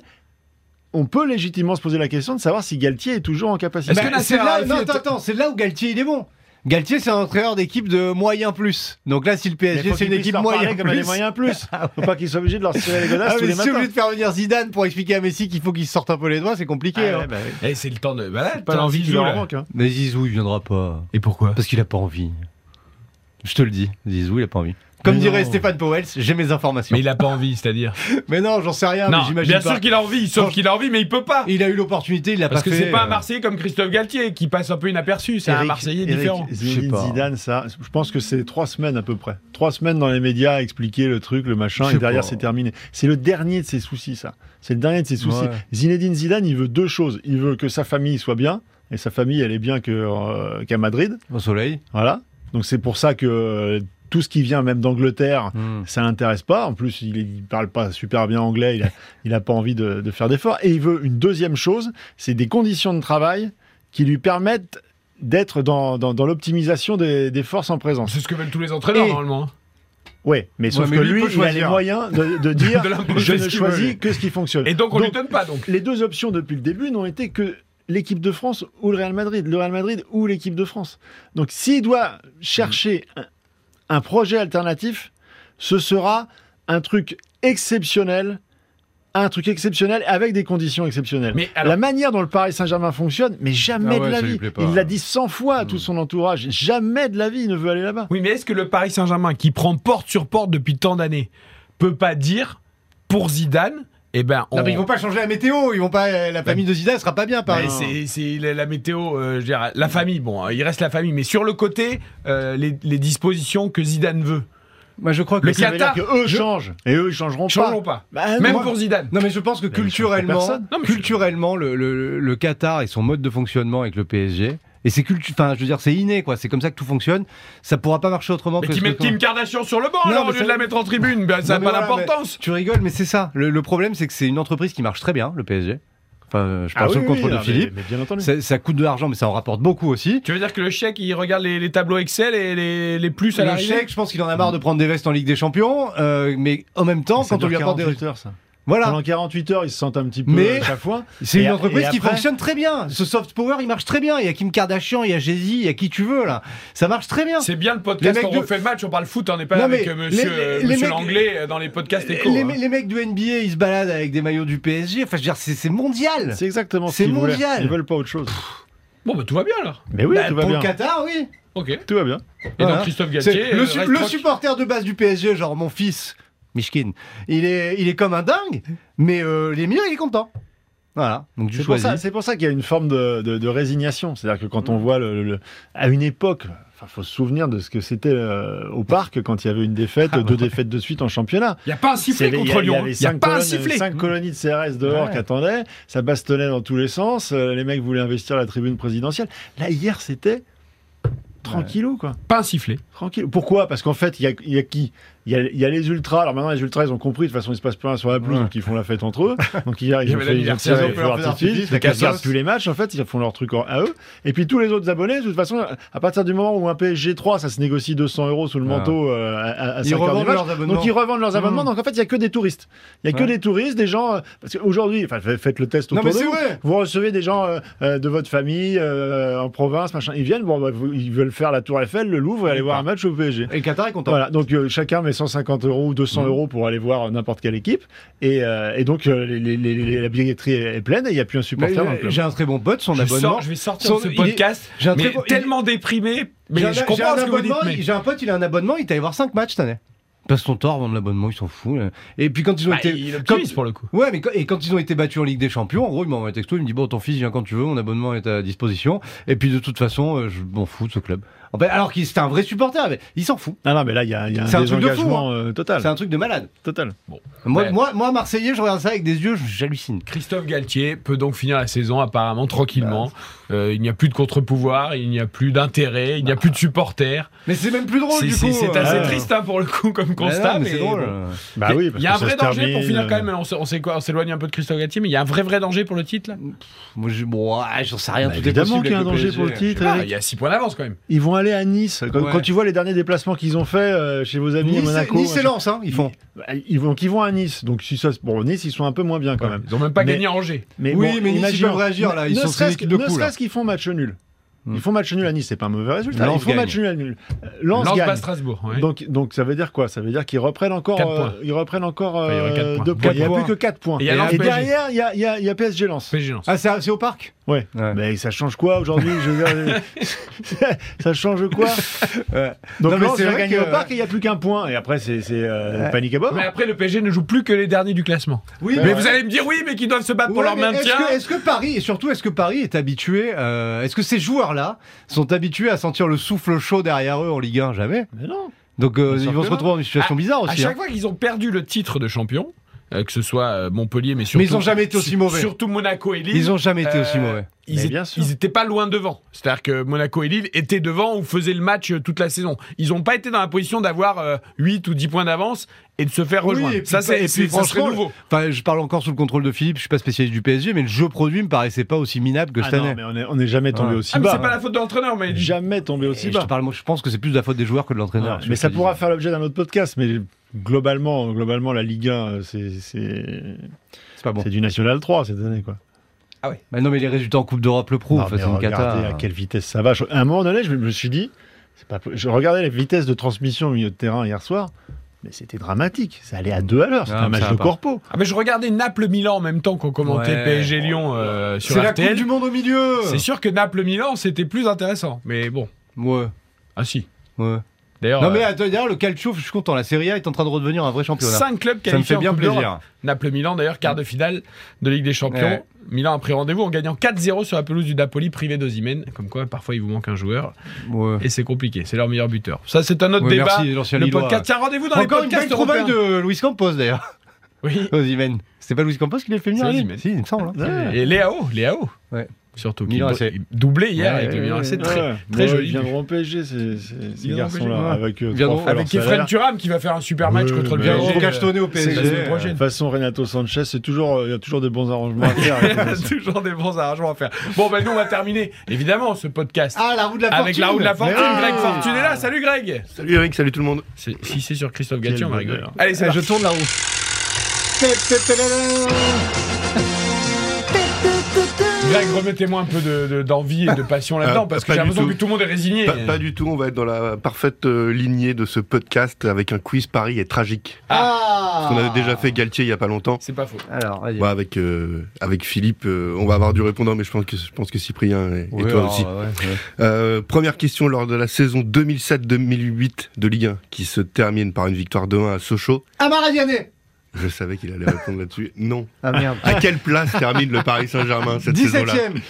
Speaker 4: on peut légitimement se poser la question de savoir si Galtier est toujours en capacité.
Speaker 3: Est-ce
Speaker 5: Bah,
Speaker 3: que Nasser
Speaker 5: c'est là,
Speaker 3: Al-Khelaifi
Speaker 5: non,
Speaker 3: est-
Speaker 5: attends, attends, c'est là où Galtier il est bon. Galtier c'est un entraîneur d'équipe de moyen plus. Donc là si le
Speaker 4: Mais
Speaker 5: PSG
Speaker 4: faut
Speaker 5: c'est
Speaker 4: qu'il puisse
Speaker 5: une équipe
Speaker 4: leur parler
Speaker 5: moyen
Speaker 4: comme elle est
Speaker 5: plus.
Speaker 4: moyen plus. Faut pas qu'ils soient obligés de leur tirer les godasses
Speaker 5: Ah,
Speaker 4: tous
Speaker 5: mais
Speaker 4: les
Speaker 5: si au
Speaker 4: matins.
Speaker 5: lieu de faire venir Zidane pour expliquer à Messi qu'il faut qu'il se sorte un peu les doigts, c'est
Speaker 4: Ah,
Speaker 5: compliqué. hein.
Speaker 4: bah
Speaker 3: Eh, c'est le temps de. Voilà,
Speaker 4: Pas l'envie qui leur manque. hein.
Speaker 5: Mais Zizou il viendra pas.
Speaker 3: Et pourquoi
Speaker 5: Parce qu'il a pas envie. Je te le dis, Zizou, il a pas envie. Comme
Speaker 4: Mais
Speaker 5: dirait
Speaker 4: non.
Speaker 5: Stéphane Powels, j'ai mes informations.
Speaker 3: Mais
Speaker 5: Mais,
Speaker 3: il a pas envie, c'est-à-dire.
Speaker 5: non, j'en sais
Speaker 4: Ah,
Speaker 5: rien, mais
Speaker 3: non,
Speaker 5: j'imagine
Speaker 3: bien
Speaker 5: pas.
Speaker 3: sûr qu'il a envie, sauf
Speaker 5: Quand-
Speaker 3: qu'il a envie, mais il peut pas.
Speaker 5: Il a eu l'opportunité, il l'a
Speaker 3: Parce
Speaker 5: pas
Speaker 3: que
Speaker 5: fait.
Speaker 3: c'est pas un
Speaker 5: euh.
Speaker 3: Marseillais comme Christophe Galtier qui passe un peu inaperçu, c'est un
Speaker 4: Eric-
Speaker 3: Marseillais
Speaker 4: Eric
Speaker 3: différent.
Speaker 5: Je sais
Speaker 4: Zinedine
Speaker 5: pas.
Speaker 4: Zidane, ça, je pense que c'est trois semaines à peu près. Trois semaines dans les médias à expliquer le truc, le
Speaker 5: Je
Speaker 4: machin,
Speaker 5: sais
Speaker 4: et derrière
Speaker 5: pas.
Speaker 4: c'est terminé. C'est le dernier de ses soucis, ça. C'est le dernier de ses soucis.
Speaker 5: Ouais.
Speaker 4: Zinedine Zidane, il veut deux choses. Il veut que sa famille soit bien, et sa famille, elle est bien que, euh, qu'à Madrid.
Speaker 5: Au soleil.
Speaker 4: Voilà. Donc c'est pour ça que euh, tout ce qui vient même d'Angleterre,
Speaker 3: Hmm.
Speaker 4: ça l'intéresse pas. En plus, il, est- il parle pas super bien anglais. Il a, il a pas envie de, de faire d'efforts. Et il veut une deuxième chose, c'est des conditions de travail qui lui permettent d'être dans, dans, dans l'optimisation des, des forces en présence.
Speaker 3: C'est ce que veulent tous les entraîneurs
Speaker 4: Et-
Speaker 3: normalement. hein.
Speaker 4: Ouais, mais sauf
Speaker 5: mais
Speaker 4: que
Speaker 5: lui, il
Speaker 4: lui,
Speaker 5: peut
Speaker 4: il, a
Speaker 5: choisir.
Speaker 4: les moyens de, de dire
Speaker 3: De l'imposer
Speaker 4: je
Speaker 3: ce
Speaker 4: ne
Speaker 3: qu'il
Speaker 4: choisis
Speaker 3: veut.
Speaker 4: que ce qui fonctionne.
Speaker 3: Et donc on lui
Speaker 4: Donc,
Speaker 3: donne pas donc.
Speaker 4: les deux options depuis le début n'ont été que l'équipe de France ou le Real Madrid, le Real Madrid ou l'équipe de France. Donc s'il doit chercher un, un projet alternatif, ce sera un truc exceptionnel, un truc exceptionnel avec des conditions exceptionnelles.
Speaker 3: Mais alors-
Speaker 4: La manière dont le Paris Saint-Germain fonctionne, mais jamais
Speaker 5: Ah ouais,
Speaker 4: de la
Speaker 5: ça lui
Speaker 4: vie.
Speaker 5: plaît pas. Hmm.
Speaker 4: il l'a dit 100 fois à tout son entourage, jamais de la vie il ne veut aller là-bas.
Speaker 3: Oui, mais est-ce que le Paris Saint-Germain, qui prend porte sur porte depuis tant d'années, peut pas dire pour Zidane, eh ben, on.
Speaker 5: Non, mais ils vont pas changer la météo, ils vont pas. La famille de Zidane sera pas bien, par
Speaker 3: Mais c'est- c'est la, la météo, euh, je veux dire, la famille, bon, hein, il reste la famille, mais sur le côté, euh, les, les dispositions que Zidane veut.
Speaker 5: Moi, je crois que.
Speaker 3: Le
Speaker 4: Ça veut
Speaker 3: Qatar,
Speaker 4: dire que eux changent et eux ils changeront
Speaker 3: changeons
Speaker 4: pas.
Speaker 3: pas.
Speaker 4: Bah,
Speaker 3: Même
Speaker 4: moi-
Speaker 3: pour Zidane.
Speaker 5: Non mais je pense que
Speaker 4: je
Speaker 5: culturellement,
Speaker 4: pense que personne.
Speaker 3: Non, mais je-
Speaker 5: culturellement le, le- le Qatar et son mode de fonctionnement avec le PSG et c'est cultu- enfin je veux dire c'est inné quoi, c'est comme ça que tout fonctionne, ça pourra pas marcher autrement
Speaker 3: Mais
Speaker 5: que
Speaker 3: qu'ils
Speaker 5: ce
Speaker 3: mettent
Speaker 5: que-
Speaker 3: Kim Kardashian sur le banc,
Speaker 5: Non,
Speaker 3: alors, au
Speaker 5: mais
Speaker 3: lieu
Speaker 5: ça-
Speaker 3: de la mettre en tribune, ben, ça
Speaker 5: Non,
Speaker 3: n'a
Speaker 5: mais
Speaker 3: pas
Speaker 5: voilà,
Speaker 3: d'importance.
Speaker 5: mais Tu rigoles mais c'est ça. Le, le problème c'est que c'est une entreprise qui marche très bien le PSG. Enfin, euh, je
Speaker 4: Ah
Speaker 5: pense
Speaker 4: oui,
Speaker 5: au contrôle
Speaker 4: oui,
Speaker 5: de
Speaker 4: ah, mais-
Speaker 5: Philippe.
Speaker 4: mais bien entendu.
Speaker 5: Ça, ça coûte de l'argent, mais ça en rapporte beaucoup aussi.
Speaker 3: Tu veux dire que le chèque, il regarde les, les tableaux Excel et les, les plus à
Speaker 5: Le
Speaker 3: l'arrivée
Speaker 5: chèque, je pense qu'il en a marre de prendre des vestes en Ligue des Champions, euh, mais en même temps,
Speaker 4: Ça
Speaker 5: quand on
Speaker 4: dure
Speaker 5: lui apporte des
Speaker 4: 48 heures, ça.
Speaker 5: voilà,
Speaker 4: Pendant 48 heures, ils se sentent un petit peu
Speaker 5: Mais-
Speaker 4: à chaque fois.
Speaker 5: c'est
Speaker 4: Et
Speaker 5: une
Speaker 4: a-
Speaker 5: entreprise
Speaker 4: et
Speaker 5: qui
Speaker 4: après-
Speaker 5: fonctionne très bien. Ce soft power, il marche très bien. Il y a Kim Kardashian, il y a Jay-Z, il y a qui tu veux là. Ça marche très bien.
Speaker 3: C'est bien le podcast,
Speaker 5: Les mecs
Speaker 3: on
Speaker 5: de-
Speaker 3: refait le match, on parle foot, on n'est pas
Speaker 5: Non,
Speaker 3: avec
Speaker 5: mais
Speaker 3: euh, monsieur,
Speaker 5: les-
Speaker 3: euh,
Speaker 5: les
Speaker 3: monsieur
Speaker 5: mecs-
Speaker 3: Langlais euh, dans les podcasts éco.
Speaker 5: Les,
Speaker 3: hein.
Speaker 5: me- les mecs du NBA, ils se baladent avec des maillots du PSG. Enfin, je veux dire, c'est c'est mondial.
Speaker 4: C'est exactement ce
Speaker 5: C'est
Speaker 4: qu'ils voulaient.
Speaker 5: mondial.
Speaker 4: Ils veulent pas autre chose.
Speaker 3: Bon, bah tout va bien alors.
Speaker 4: Mais oui,
Speaker 5: Bah,
Speaker 4: tout va
Speaker 5: pour
Speaker 4: bien.
Speaker 5: le Qatar, oui.
Speaker 3: Ok. Et
Speaker 4: Tout va bien.
Speaker 3: donc
Speaker 5: Voilà.
Speaker 3: Christophe
Speaker 5: C'est
Speaker 3: Galtier. euh,
Speaker 5: le, su-
Speaker 3: reste
Speaker 5: le
Speaker 3: tranquille.
Speaker 5: supporter de base du PSG, genre mon fils, Mishkin, il est, il est comme un dingue, mais euh, les miens, il est content. Voilà, donc tu
Speaker 4: C'est pour,
Speaker 5: choisis.
Speaker 4: ça, c'est pour ça qu'il y a une forme de, de- de résignation. C'est-à-dire que quand on voit le, le- à une époque, il faut se souvenir de ce que c'était euh, au parc quand il y avait une défaite, deux défaites de suite en championnat.
Speaker 3: Il n'y a pas un sifflet
Speaker 4: C'est- il y a-
Speaker 3: contre
Speaker 4: il y
Speaker 3: Lyon. hein.
Speaker 4: avait
Speaker 3: Il n'y a
Speaker 4: cinq
Speaker 3: pas un
Speaker 4: colonnes-
Speaker 3: sifflet.
Speaker 4: Cinq colonies de CRS dehors
Speaker 5: Ouais.
Speaker 4: qui attendaient, ça bastonnait dans tous les sens, euh, les mecs voulaient investir la tribune présidentielle. Là, hier, c'était tranquillou, quoi.
Speaker 3: Pas un sifflet.
Speaker 4: Tranquille. Pourquoi Parce qu'en fait, il y a, il y a qui il y a, il y a les ultras. Alors maintenant, les ultras, ils ont compris. De toute façon, il se passe plus rien sur la pelouse,
Speaker 5: Ouais.
Speaker 4: donc ils font la fête entre eux. Donc hier,
Speaker 3: Il y
Speaker 4: ils ont
Speaker 3: avait
Speaker 4: fait, ils ont
Speaker 3: l'anniversaire,
Speaker 4: fait
Speaker 5: ils ont
Speaker 4: feu
Speaker 5: fait leur feu d'artifice,
Speaker 4: d'artifice.
Speaker 5: la
Speaker 4: Donc ils regardent
Speaker 5: cassos.
Speaker 4: plus les matchs. En fait, ils font leur truc en- à eux. Et puis tous les autres abonnés, de toute façon, à partir du moment où un PSG 3, ça se négocie 200 euros sous le
Speaker 5: Ah.
Speaker 4: manteau euh, à, à, à
Speaker 5: Ils
Speaker 4: 5 heures du
Speaker 5: revendent
Speaker 4: match.
Speaker 5: leurs abonnements.
Speaker 4: Donc ils revendent leurs abonnements.
Speaker 5: Mm.
Speaker 4: Donc en fait, il y a que des touristes. Il y a que
Speaker 5: Ouais.
Speaker 4: des touristes, des gens. euh, Parce qu'aujourd'hui, enfin, fa- faites le test
Speaker 5: Non,
Speaker 4: autour
Speaker 5: mais
Speaker 4: de
Speaker 5: c'est
Speaker 4: vous.
Speaker 5: vrai.
Speaker 4: Vous recevez des gens euh, euh, de votre famille euh, en province, machin. Ils viennent, bon, bah, vous- ils veulent faire la Tour Eiffel, le Louvre et aller voir un match au PSG.
Speaker 5: Et le Qatar est content.
Speaker 4: Voilà, donc euh, chacun met 150 euros ou 200
Speaker 5: Mhm.
Speaker 4: euros pour aller voir euh, n'importe quelle équipe. Et, euh, et donc, euh, les- les- les- les- la billetterie est est pleine et il n'y a plus un
Speaker 5: Mais,
Speaker 4: supporter dans le
Speaker 5: euh,
Speaker 4: club.
Speaker 5: J'ai un très bon pote, son
Speaker 3: Je,
Speaker 5: abonnement.
Speaker 3: sors, je vais sortir de
Speaker 5: Son-
Speaker 3: ce
Speaker 5: il est-
Speaker 3: podcast,
Speaker 5: j'ai un très
Speaker 3: mais
Speaker 5: beau- il est-
Speaker 3: tellement déprimé. Mais
Speaker 5: J'ai un-
Speaker 3: je
Speaker 5: j'ai un
Speaker 3: comprends ce que vous dites.
Speaker 5: abonnement,
Speaker 3: mais-
Speaker 5: il- J'ai un pote, il a un abonnement, il est allé voir 5 matchs cette année. Passe son temps à vendre l'abonnement, il s'en fout. euh. Et puis quand ils ont
Speaker 3: Bah,
Speaker 5: été.
Speaker 3: il est
Speaker 5: quand-
Speaker 3: optimiste pour le coup.
Speaker 5: Ouais, mais quand, et quand ils ont été battus en Ligue des Champions, en gros, il m'envoie un texto, il me dit Bon, ton fils vient quand tu veux, mon abonnement est à disposition. Et puis de toute façon, euh, je m'en fous de ce club. En fait, alors qu'il c'était un vrai supporter, mais il s'en fout.
Speaker 4: Ah non, mais là, il y a, il y a
Speaker 5: C'est
Speaker 4: un
Speaker 5: un truc de fou,
Speaker 4: désengagement euh,
Speaker 5: C'est
Speaker 4: total.
Speaker 5: un truc de malade.
Speaker 4: total.
Speaker 5: Moi,
Speaker 3: Ouais.
Speaker 5: moi, moi, Marseillais, je regarde ça avec des yeux, j'hallucine.
Speaker 3: Christophe Galtier peut donc finir la saison apparemment
Speaker 5: Bah,
Speaker 3: tranquillement. Euh, il n'y a plus de contre-pouvoir, il n'y a plus d'intérêt, il n'y a plus de supporters.
Speaker 5: Mais c'est même plus drôle,
Speaker 3: C'est
Speaker 5: du
Speaker 3: c'est-
Speaker 5: coup.
Speaker 3: c'est
Speaker 5: euh,
Speaker 3: assez
Speaker 5: euh,
Speaker 3: triste hein, pour le coup comme
Speaker 5: bah non,
Speaker 3: constat.
Speaker 5: mais c'est
Speaker 3: mais
Speaker 5: drôle.
Speaker 3: bon.
Speaker 4: Bah oui,
Speaker 3: il y a un
Speaker 4: parce que
Speaker 3: vrai
Speaker 4: ça se
Speaker 3: danger pour
Speaker 4: termine,
Speaker 3: finir quand
Speaker 4: euh,
Speaker 3: même. hein. On, s- on sait quoi, on s'éloigne un peu de Christophe Galtier, mais il y a un vrai vrai danger pour le titre là.
Speaker 5: Pff, Moi, je- bon, ah, j'en sais rien.
Speaker 4: bah
Speaker 5: tout est
Speaker 4: évidemment
Speaker 5: possible
Speaker 4: qu'il y a un
Speaker 5: avec le
Speaker 4: danger
Speaker 5: PSG.
Speaker 4: pour le titre.
Speaker 3: Ah,
Speaker 4: Eric.
Speaker 3: il y a 6 points d'avance quand même.
Speaker 4: Ils vont aller à Nice. Quand,
Speaker 5: Ouais.
Speaker 4: quand tu vois les derniers déplacements qu'ils ont fait euh, chez vos amis à
Speaker 5: Nice,
Speaker 4: Monaco,
Speaker 5: Nice et
Speaker 4: machin.
Speaker 5: Lens, hein, ils font.
Speaker 4: Bah, ils vont, donc ils vont à Nice. Donc si ça, se- bon, Nice, ils sont un peu moins bien quand même.
Speaker 3: Ils ont même pas
Speaker 4: Mais-
Speaker 3: gagné à Angers.
Speaker 4: Mais
Speaker 5: Oui,
Speaker 4: bon,
Speaker 5: mais Nice, ils
Speaker 4: imaginons.
Speaker 5: peuvent réagir, là.
Speaker 4: ne
Speaker 5: Ils sont sur une
Speaker 4: serait-ce
Speaker 5: équipe
Speaker 4: que-
Speaker 5: de
Speaker 4: ne
Speaker 5: coups, là.
Speaker 4: serait-ce qu'ils font match nul.
Speaker 5: Hmm.
Speaker 4: Ils font match nul à Nice, c'est pas un mauvais résultat.
Speaker 5: Lens
Speaker 4: ils font
Speaker 5: gagne.
Speaker 4: match nul à nul. Euh, Lens,
Speaker 3: Lance
Speaker 4: gagne.
Speaker 3: bas Strasbourg. ouais.
Speaker 4: Donc, donc ça veut dire quoi Ça veut dire qu'ils reprennent encore,
Speaker 3: Quatre
Speaker 4: euh,
Speaker 3: points.
Speaker 4: ils reprennent encore
Speaker 3: Enfin, il y aurait quatre
Speaker 4: euh,
Speaker 3: points.
Speaker 4: deux points.
Speaker 5: Quatre
Speaker 4: Il n'y a
Speaker 5: points.
Speaker 4: plus que 4 points.
Speaker 3: Et il y a Lens, PSG.
Speaker 4: derrière, il y a, il y a- il y a PSG Lens.
Speaker 3: PSG Lens.
Speaker 5: Ah, c'est c'est au parc
Speaker 4: Ouais.
Speaker 5: Ouais.
Speaker 4: Mais ça change quoi aujourd'hui Je veux dire, euh, Ça change quoi Donc
Speaker 5: Non, mais
Speaker 4: Lens
Speaker 5: c'est
Speaker 4: va
Speaker 5: vrai
Speaker 4: gagner
Speaker 5: que- euh,
Speaker 4: au parc et il n'y a plus qu'un point. Et après, c'est c'est, euh, panique à bord.
Speaker 3: Mais après, le PSG ne joue plus que les derniers du classement.
Speaker 5: Oui,
Speaker 3: Mais vous allez me dire oui, mais qu'ils doivent se battre Ah, pour
Speaker 5: Ouais,
Speaker 3: leur
Speaker 5: mais
Speaker 3: maintien.
Speaker 5: Est-ce que, est-ce que Paris, et surtout, est-ce que Paris est habitué, euh, est-ce que ces joueurs-là sont habitués à sentir le souffle chaud derrière eux en Ligue 1 Jamais.
Speaker 4: Mais non.
Speaker 5: Donc euh,
Speaker 4: Bien sûr
Speaker 5: ils vont
Speaker 4: que
Speaker 5: se
Speaker 4: non.
Speaker 5: retrouver dans une situation bizarre
Speaker 3: À
Speaker 5: aussi.
Speaker 3: chaque
Speaker 5: hein.
Speaker 3: fois qu'ils ont perdu le titre de champion, euh, que ce soit euh, Montpellier, mais surtout.
Speaker 5: Mais ils ont jamais été aussi
Speaker 3: sur-
Speaker 5: mauvais.
Speaker 3: Surtout Monaco et Lille.
Speaker 5: Ils ont jamais été aussi
Speaker 3: Euh,
Speaker 5: mauvais.
Speaker 4: Mais
Speaker 3: Ils,
Speaker 4: bien sûr.
Speaker 3: ils étaient pas loin devant. C'est-à-dire que Monaco et Lille étaient devant ou faisaient le match euh, toute la saison. Ils ont pas été dans la position d'avoir euh, 8 ou 10 points d'avance et de se faire
Speaker 5: Oui,
Speaker 3: rejoindre.
Speaker 5: et puis
Speaker 3: ça,
Speaker 5: pas- et
Speaker 3: c'est
Speaker 5: puis
Speaker 3: c'est- ça serait
Speaker 5: franchement, euh,
Speaker 3: nouveau. Ah,
Speaker 5: Enfin, je parle encore sous le contrôle de Philippe. Je suis pas spécialiste du PSG, mais le jeu produit me paraissait pas aussi minable que
Speaker 4: Ah
Speaker 5: cette
Speaker 4: non,
Speaker 5: année.
Speaker 4: mais on est- on n'est jamais tombé
Speaker 5: Ouais.
Speaker 4: aussi
Speaker 3: Ah, mais
Speaker 4: bas.
Speaker 3: c'est pas la faute de l'entraîneur, mais.
Speaker 4: Jamais tombé
Speaker 5: Et
Speaker 4: aussi
Speaker 5: je, te
Speaker 4: bas.
Speaker 5: parle, moi, je pense que c'est plus de la faute des joueurs que de l'entraîneur.
Speaker 4: Ouais,
Speaker 5: tu
Speaker 4: mais
Speaker 5: vois,
Speaker 4: ça
Speaker 5: je te
Speaker 4: pourra
Speaker 5: dis.
Speaker 4: faire l'objet d'un autre podcast. Mais globalement, globalement, la Ligue 1, euh, c'est c'est
Speaker 5: C'est pas bon.
Speaker 4: c'est du National 3 cette année, quoi.
Speaker 5: Bah non, mais les résultats en Coupe d'Europe le prouvent.
Speaker 4: Non,
Speaker 5: Enfin,
Speaker 4: mais
Speaker 5: c'est une cata.
Speaker 4: regardez à quelle vitesse ça va. Je- à un moment donné, je me suis dit, c'est pas, po- je regardais les vitesses de transmission au milieu de terrain hier soir. Mais c'était dramatique, ça allait à deux à l'heure, c'était
Speaker 5: Ah,
Speaker 4: un
Speaker 5: mais ça
Speaker 4: match
Speaker 5: va
Speaker 4: de
Speaker 5: pas.
Speaker 4: corpo.
Speaker 3: Ah, mais je regardais Naples-Milan en même temps qu'on commentait
Speaker 5: Ouais.
Speaker 3: PSG-Lyon euh, sur
Speaker 5: C'est la Coupe
Speaker 3: RTL.
Speaker 5: du Monde au milieu.
Speaker 3: C'est sûr que Naples-Milan, c'était plus intéressant. Mais bon.
Speaker 5: Ouais,
Speaker 3: Ah si.
Speaker 5: ouais.
Speaker 3: D'ailleurs, euh,
Speaker 5: Non mais attends, d'ailleurs, le calcio, je suis content, la Serie A est en train de redevenir un vrai championnat.
Speaker 3: 5 clubs
Speaker 5: ça me
Speaker 3: qualifiés
Speaker 5: fait
Speaker 3: en
Speaker 5: bien
Speaker 3: Coupe d'Europe.
Speaker 5: plaisir.
Speaker 3: Naples-Milan, d'ailleurs, quart de finale de Ligue des Champions.
Speaker 5: Ouais.
Speaker 3: Milan a pris rendez-vous en gagnant 4-0 sur la pelouse du Napoli, privé d'Ozimène. Comme quoi, parfois, il vous manque un joueur.
Speaker 5: Ouais.
Speaker 3: Et c'est compliqué. C'est leur meilleur buteur. Ça, c'est un autre
Speaker 5: Ouais,
Speaker 3: débat.
Speaker 5: merci, l'ancien
Speaker 3: le
Speaker 5: Lillois.
Speaker 3: podcast. Tiens, rendez-vous dans
Speaker 5: Encore
Speaker 3: les
Speaker 5: une belle
Speaker 3: podcasts
Speaker 5: trouvaille
Speaker 3: européens.
Speaker 5: de Luis Campos d'ailleurs.
Speaker 3: Oui.
Speaker 5: Ozymen. C'était pas Luis Campos qui l'a fait venir
Speaker 3: C'est
Speaker 5: lui
Speaker 3: Osimhen.
Speaker 5: Si, il me semble. hein.
Speaker 4: Ouais.
Speaker 3: Et Léao, Léao.
Speaker 5: Ouais.
Speaker 3: Surtout qu'il
Speaker 5: Milan
Speaker 3: bo-
Speaker 5: AC.
Speaker 3: il doublé hier
Speaker 5: Ouais,
Speaker 3: avec le
Speaker 5: ouais,
Speaker 3: Milan AC.
Speaker 5: ouais.
Speaker 3: Très,
Speaker 4: Ouais.
Speaker 3: très
Speaker 4: Ouais,
Speaker 3: joli.
Speaker 4: Ils viendront au PSG, ces, ces- ces
Speaker 3: Ils viendront au PSG,
Speaker 4: garçons-là,
Speaker 3: ouais.
Speaker 4: avec eux.
Speaker 5: Viendront
Speaker 4: trois fois
Speaker 3: Avec
Speaker 4: leur
Speaker 3: Efren
Speaker 4: salaire.
Speaker 3: Turam qui va faire un super match
Speaker 4: Ouais,
Speaker 3: contre le
Speaker 4: mais-
Speaker 3: PSG.
Speaker 5: Viendront cachetonner au PSG.
Speaker 3: C'est la semaine
Speaker 4: De
Speaker 3: prochaine.
Speaker 4: toute façon, Renato Sanchez, c'est toujours, euh, il y a toujours des bons arrangements à faire.
Speaker 3: Il y
Speaker 4: avec
Speaker 3: a
Speaker 4: les États-Unis.
Speaker 3: toujours des bons arrangements à faire. Bon, ben nous, on va terminer, évidemment, ce podcast.
Speaker 5: Ah, la roue de la fortune
Speaker 3: Avec la roue de la fortune,
Speaker 5: Mais oui.
Speaker 3: Greg Fortune est là. Salut Greg
Speaker 6: Salut Eric, salut tout le monde.
Speaker 3: C'est- Si c'est sur Christophe
Speaker 4: Quel
Speaker 3: Galtier, on va rigoler. hein.
Speaker 4: bonheur.
Speaker 3: Allez, c'est
Speaker 5: Je
Speaker 3: parti.
Speaker 5: tourne la roue.
Speaker 3: Greg, remettez-moi un peu de- de- d'envie et de passion là-dedans,
Speaker 6: Ah,
Speaker 3: parce que
Speaker 6: pas
Speaker 3: j'ai
Speaker 6: du
Speaker 3: l'impression
Speaker 6: tout.
Speaker 3: que tout le monde est résigné.
Speaker 6: Pas, pas du tout, on va être dans la parfaite euh, lignée de ce podcast avec un quiz Paris et tragique.
Speaker 5: Ah
Speaker 6: On avait déjà fait Galtier il y a pas longtemps.
Speaker 3: C'est pas faux.
Speaker 5: Alors, vas-y.
Speaker 6: Bah, avec, euh, avec Philippe, euh, on va avoir du répondant, mais je pense que, je pense que Cyprien et, et
Speaker 5: Ouais,
Speaker 6: toi
Speaker 5: alors,
Speaker 6: aussi.
Speaker 5: ah, ouais, ouais.
Speaker 6: Euh, première question lors de la saison 2007-2008 de Ligue 1, qui se termine par une victoire de 1 à Sochaux.
Speaker 5: Amara Diané
Speaker 6: Je savais qu'il allait répondre là-dessus. Non.
Speaker 5: Ah merde.
Speaker 6: À quelle place termine le Paris Saint-Germain cette saison-là
Speaker 5: 17ème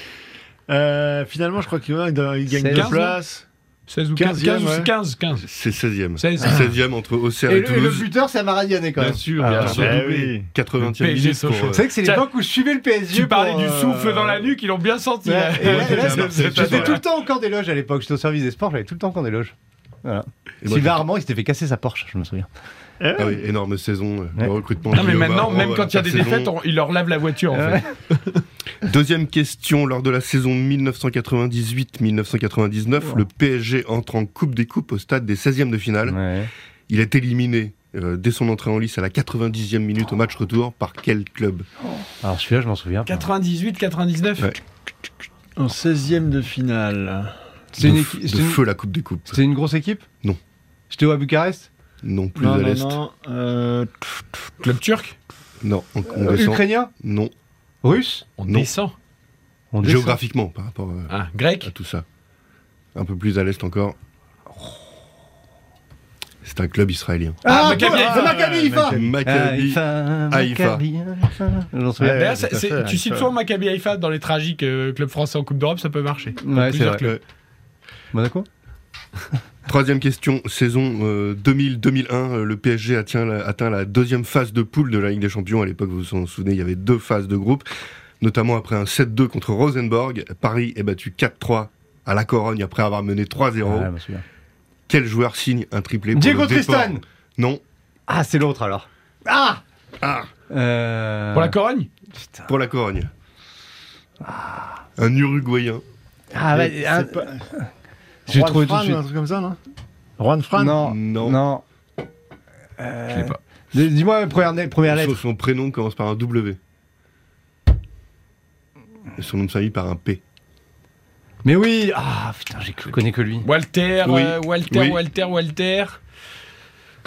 Speaker 4: Euh, finalement, je crois qu'il ouais, il gagne deux
Speaker 3: 15e.
Speaker 4: places.
Speaker 3: 16 ou 15
Speaker 4: 15e,
Speaker 3: 15,
Speaker 4: ouais.
Speaker 3: 15, 15.
Speaker 6: Ah, C'est 16e.
Speaker 3: 16.
Speaker 6: 16e entre Auxerre et,
Speaker 5: Ah. Et le, et le
Speaker 6: Toulouse.
Speaker 5: buteur, c'est Amara Diané quand même.
Speaker 6: Bien sûr,
Speaker 4: Ah,
Speaker 6: bien
Speaker 4: bah
Speaker 6: sûr.
Speaker 4: oui.
Speaker 6: 80e
Speaker 3: Le PSG
Speaker 6: minute pour,
Speaker 3: Sochaux.
Speaker 6: euh,
Speaker 5: C'est vrai que c'est
Speaker 3: Tiens.
Speaker 5: l'époque où je suivais le PSG.
Speaker 3: Tu parlais
Speaker 5: pour,
Speaker 3: du
Speaker 5: euh,
Speaker 3: souffle dans la nuque, ils l'ont bien senti.
Speaker 5: Ouais,
Speaker 3: hein.
Speaker 5: et là- et là,
Speaker 6: J'étais à
Speaker 5: c'est-
Speaker 6: Marseille,
Speaker 5: J'étais
Speaker 6: j'étais
Speaker 5: tout le temps encore des loges à l'époque. J'étais au service des sports, j'avais tout le temps encore des loges. Voilà.
Speaker 6: Et moi,
Speaker 5: Sylvain Armand, il s'était fait casser sa Porsche, je me souviens.
Speaker 6: Ah oui, énorme saison, euh,
Speaker 5: Ouais.
Speaker 6: le recrutement.
Speaker 3: Non,
Speaker 6: de
Speaker 3: mais
Speaker 6: Guillaume
Speaker 3: maintenant,
Speaker 6: Barreau,
Speaker 3: même
Speaker 6: euh,
Speaker 3: quand il y a des
Speaker 6: saison.
Speaker 3: défaites, on- ils leur lavent la voiture en fait.
Speaker 6: Deuxième question, lors de la saison 1998-1999, le PSG entre en Coupe des Coupes au stade des 16e de finale.
Speaker 5: Ouais.
Speaker 6: Il est éliminé euh, dès son entrée en lice à la 90e minute au match retour par quel club
Speaker 5: Alors celui-là, je m'en souviens. pas.
Speaker 3: 98, 99.
Speaker 6: Ouais.
Speaker 4: En 16e de finale.
Speaker 5: C'est
Speaker 6: de,
Speaker 5: une,
Speaker 6: f-
Speaker 5: équi-
Speaker 6: de
Speaker 5: c'est une-
Speaker 6: feu la Coupe des Coupes.
Speaker 5: c'était une grosse équipe
Speaker 6: Non.
Speaker 5: J'étais où à Bucarest
Speaker 6: Non, plus
Speaker 4: non,
Speaker 6: à
Speaker 4: non,
Speaker 6: l'Est. Non,
Speaker 4: non, euh,
Speaker 3: Club turc.
Speaker 6: on, on
Speaker 5: Euh,
Speaker 6: descend.
Speaker 5: Ukrainien
Speaker 6: Non,
Speaker 5: Russe
Speaker 3: On
Speaker 6: Non.
Speaker 3: descend.
Speaker 5: On descend.
Speaker 6: géographiquement par rapport euh,
Speaker 3: Ah,
Speaker 6: à
Speaker 3: grec.
Speaker 6: tout ça. Un peu plus à l'Est encore. C'est un club israélien.
Speaker 5: Ah,
Speaker 3: Ah, Maccabi,
Speaker 5: bon,
Speaker 3: Haïfa.
Speaker 5: c'est Maccabi, Haïfa
Speaker 6: Maccabi. Haïfa.
Speaker 5: Maccabi, Haïfa. Je m'en souviens.
Speaker 4: Ouais,
Speaker 3: D'ailleurs,
Speaker 4: tout
Speaker 3: c'est-
Speaker 4: à fait,
Speaker 3: c'est- tu
Speaker 4: ouais,
Speaker 3: cites
Speaker 4: ça.
Speaker 3: souvent Maccabi Haïfa dans les tragiques euh, clubs français en Coupe d'Europe, ça peut marcher.
Speaker 5: Ouais, c'est
Speaker 3: Plusieurs
Speaker 5: vrai.
Speaker 6: Euh,
Speaker 3: clubs.
Speaker 5: Monaco
Speaker 6: Troisième question, saison euh, 2000-2001, euh, le PSG atteint la, atteint la deuxième phase de poule de la Ligue des Champions. À l'époque, vous vous en souvenez, il y avait deux phases de groupe, notamment après un 7-2 contre Rosenborg. Paris est battu 4-3 à la Corogne après avoir mené 3-0.
Speaker 5: Ouais, Ah, je m'en souviens.
Speaker 6: Quel joueur signe un triplé pour
Speaker 5: Diego
Speaker 6: le départ
Speaker 5: Tristan
Speaker 6: Non,
Speaker 5: Ah, c'est l'autre alors. Ah
Speaker 6: Ah.
Speaker 5: Euh,
Speaker 3: Pour la Corogne
Speaker 5: putain.
Speaker 6: pour la Corogne. Un Uruguayen.
Speaker 5: Ah, ouais,
Speaker 4: c'est
Speaker 5: un-
Speaker 4: pas-
Speaker 5: J'ai
Speaker 4: Juan
Speaker 5: trouvé tout de
Speaker 4: Fran,
Speaker 5: suite.
Speaker 4: un truc comme ça, non Juan Fran
Speaker 5: Non.
Speaker 6: Non.
Speaker 5: Non.
Speaker 3: Je l'ai pas.
Speaker 5: D- Dis-moi la première, na- première lettre.
Speaker 6: Son, son prénom commence par un W. Et son nom de famille par un P.
Speaker 5: Mais oui Ah putain, j'ai cru- je connais que lui.
Speaker 3: Walter,
Speaker 6: Oui.
Speaker 3: euh, Walter,
Speaker 6: Oui.
Speaker 3: Walter, Walter.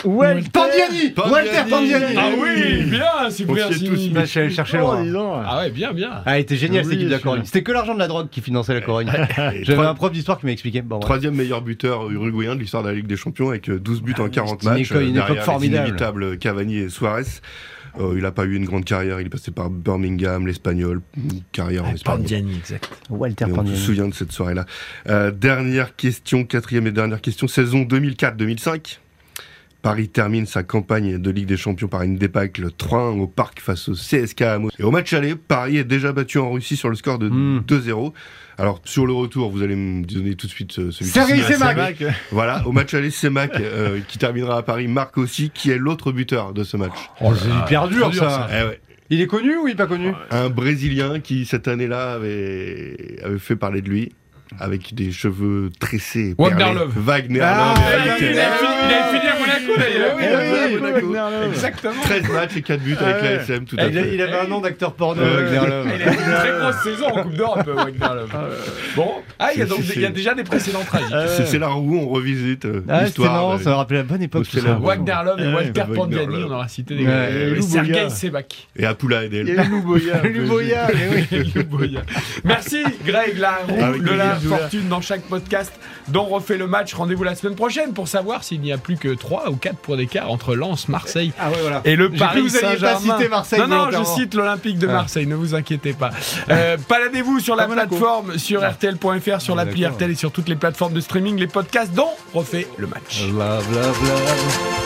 Speaker 5: Walter Pandiani Walter Pandiani
Speaker 3: Ah oui, bien,
Speaker 6: On s'y
Speaker 3: Cyprien
Speaker 6: est tous
Speaker 3: Sini.
Speaker 6: mis.
Speaker 5: Bah, Je suis allé le chercher
Speaker 4: Oh,
Speaker 5: loin.
Speaker 4: dis donc.
Speaker 3: Ah ouais, bien, bien.
Speaker 5: Ah, elle était géniale cette
Speaker 4: Oui,
Speaker 5: équipe de la
Speaker 4: celui-là.
Speaker 5: Corogne. C'était que l'argent de la drogue qui finançait la Corogne.
Speaker 6: Et
Speaker 5: J'avais
Speaker 6: trois-
Speaker 5: un prof d'histoire qui m'a expliqué. Bon, ouais.
Speaker 6: Troisième meilleur buteur uruguayen de l'histoire de la Ligue des Champions avec euh, 12 buts en 40
Speaker 5: c'est Ah, une
Speaker 6: matchs.
Speaker 5: époque-
Speaker 6: euh,
Speaker 5: une époque
Speaker 6: derrière les
Speaker 5: formidable.
Speaker 6: inévitables Cavani et Suarez. Euh, il n'a pas eu une grande carrière, il est passé par Birmingham, l'Espagnol, une carrière
Speaker 5: Ah,
Speaker 6: en Espagne.
Speaker 5: Walter
Speaker 6: Mais on se
Speaker 5: Pandiani.
Speaker 6: souvient de cette soirée-là. Euh, dernière question, quatrième et dernière question, saison 2004-2005. Paris termine sa campagne de Ligue des Champions par une dépâcle 3-1 au parc face au CSK à Moscou. Et au match aller, Paris est déjà battu en Russie sur le score de
Speaker 5: Hmm.
Speaker 6: 2-0. Alors sur le retour, vous allez me donner tout de suite euh, celui
Speaker 5: Sergei
Speaker 6: qui signe.
Speaker 5: Semak.
Speaker 6: Voilà, au match aller, c'est Mac euh, qui terminera à Paris, marque aussi, qui est l'autre buteur de ce match.
Speaker 5: Oh, c'est hyper
Speaker 3: trop
Speaker 5: dur
Speaker 3: dur,
Speaker 5: ça.
Speaker 6: Eh ouais.
Speaker 5: Il est connu ou il est pas connu
Speaker 6: Un Brésilien qui, cette année-là, avait, avait fait parler de lui, avec des cheveux tressés. et perlés.
Speaker 3: Wagnerlove.
Speaker 6: Wagnerlove,
Speaker 5: Ah,
Speaker 6: avec,
Speaker 3: Il
Speaker 6: euh,
Speaker 3: avait fini- il avait fini à Monaco d'ailleurs.
Speaker 5: Eh oui,
Speaker 6: oui, Monaco.
Speaker 3: Exactement.
Speaker 6: 13 matchs et 4 buts avec la SM, tout à
Speaker 5: Ah, il, a-
Speaker 6: fait.
Speaker 5: il avait un nom d'acteur porno.
Speaker 6: Euh,
Speaker 5: Wagner Love.
Speaker 3: Il a eu une très grosse saison en Coupe d'Europe, euh, Wagnerlove. Bon, ah, il y a
Speaker 6: C'est-
Speaker 3: donc
Speaker 6: c'est-
Speaker 3: il y a déjà des précédents tragiques.
Speaker 6: C'est c'est la roue, on revisite euh,
Speaker 5: Ah, c'était marrant,
Speaker 6: l'histoire.
Speaker 5: ça me rappelait la bonne époque.
Speaker 6: Où
Speaker 5: tout
Speaker 6: c'est
Speaker 5: ça.
Speaker 6: la-
Speaker 3: Wagnerlove et
Speaker 4: Ouais,
Speaker 3: Walter
Speaker 6: Wagnerlove.
Speaker 3: Pandiani, on aura cité des
Speaker 5: Ouais,
Speaker 3: gars.
Speaker 5: et
Speaker 3: Et
Speaker 4: Lou
Speaker 3: Sergei
Speaker 4: Boya.
Speaker 3: Sebak.
Speaker 6: et Apoula
Speaker 4: Il y
Speaker 6: Edel.
Speaker 4: a eu Louboya. au PSG.
Speaker 5: Luboya, mais oui.
Speaker 3: Lou Boya. Merci Greg, la roue
Speaker 6: Avec
Speaker 3: de la
Speaker 6: plaisir.
Speaker 3: fortune dans chaque podcast dont refait le match. Rendez-vous la semaine prochaine pour savoir s'il n'y a plus que 3 ou 4 points d'écart entre Lens, Marseille
Speaker 5: Ah ouais, voilà.
Speaker 3: et le
Speaker 5: J'ai
Speaker 3: Paris
Speaker 5: cru que vous alliez pas
Speaker 3: Saint-Germain.
Speaker 5: citer Marseille
Speaker 3: Non, non, je
Speaker 5: volontairement. Ah.
Speaker 3: cite l'Olympique de Marseille, ne vous inquiétez pas. Euh, Paladez-vous sur la plateforme, sur RTL.fr, sur l'appli
Speaker 5: Ah. d'accord.
Speaker 3: RTL et sur toutes les plateformes de streaming, les podcasts dont refait le match.
Speaker 5: Love, love, love.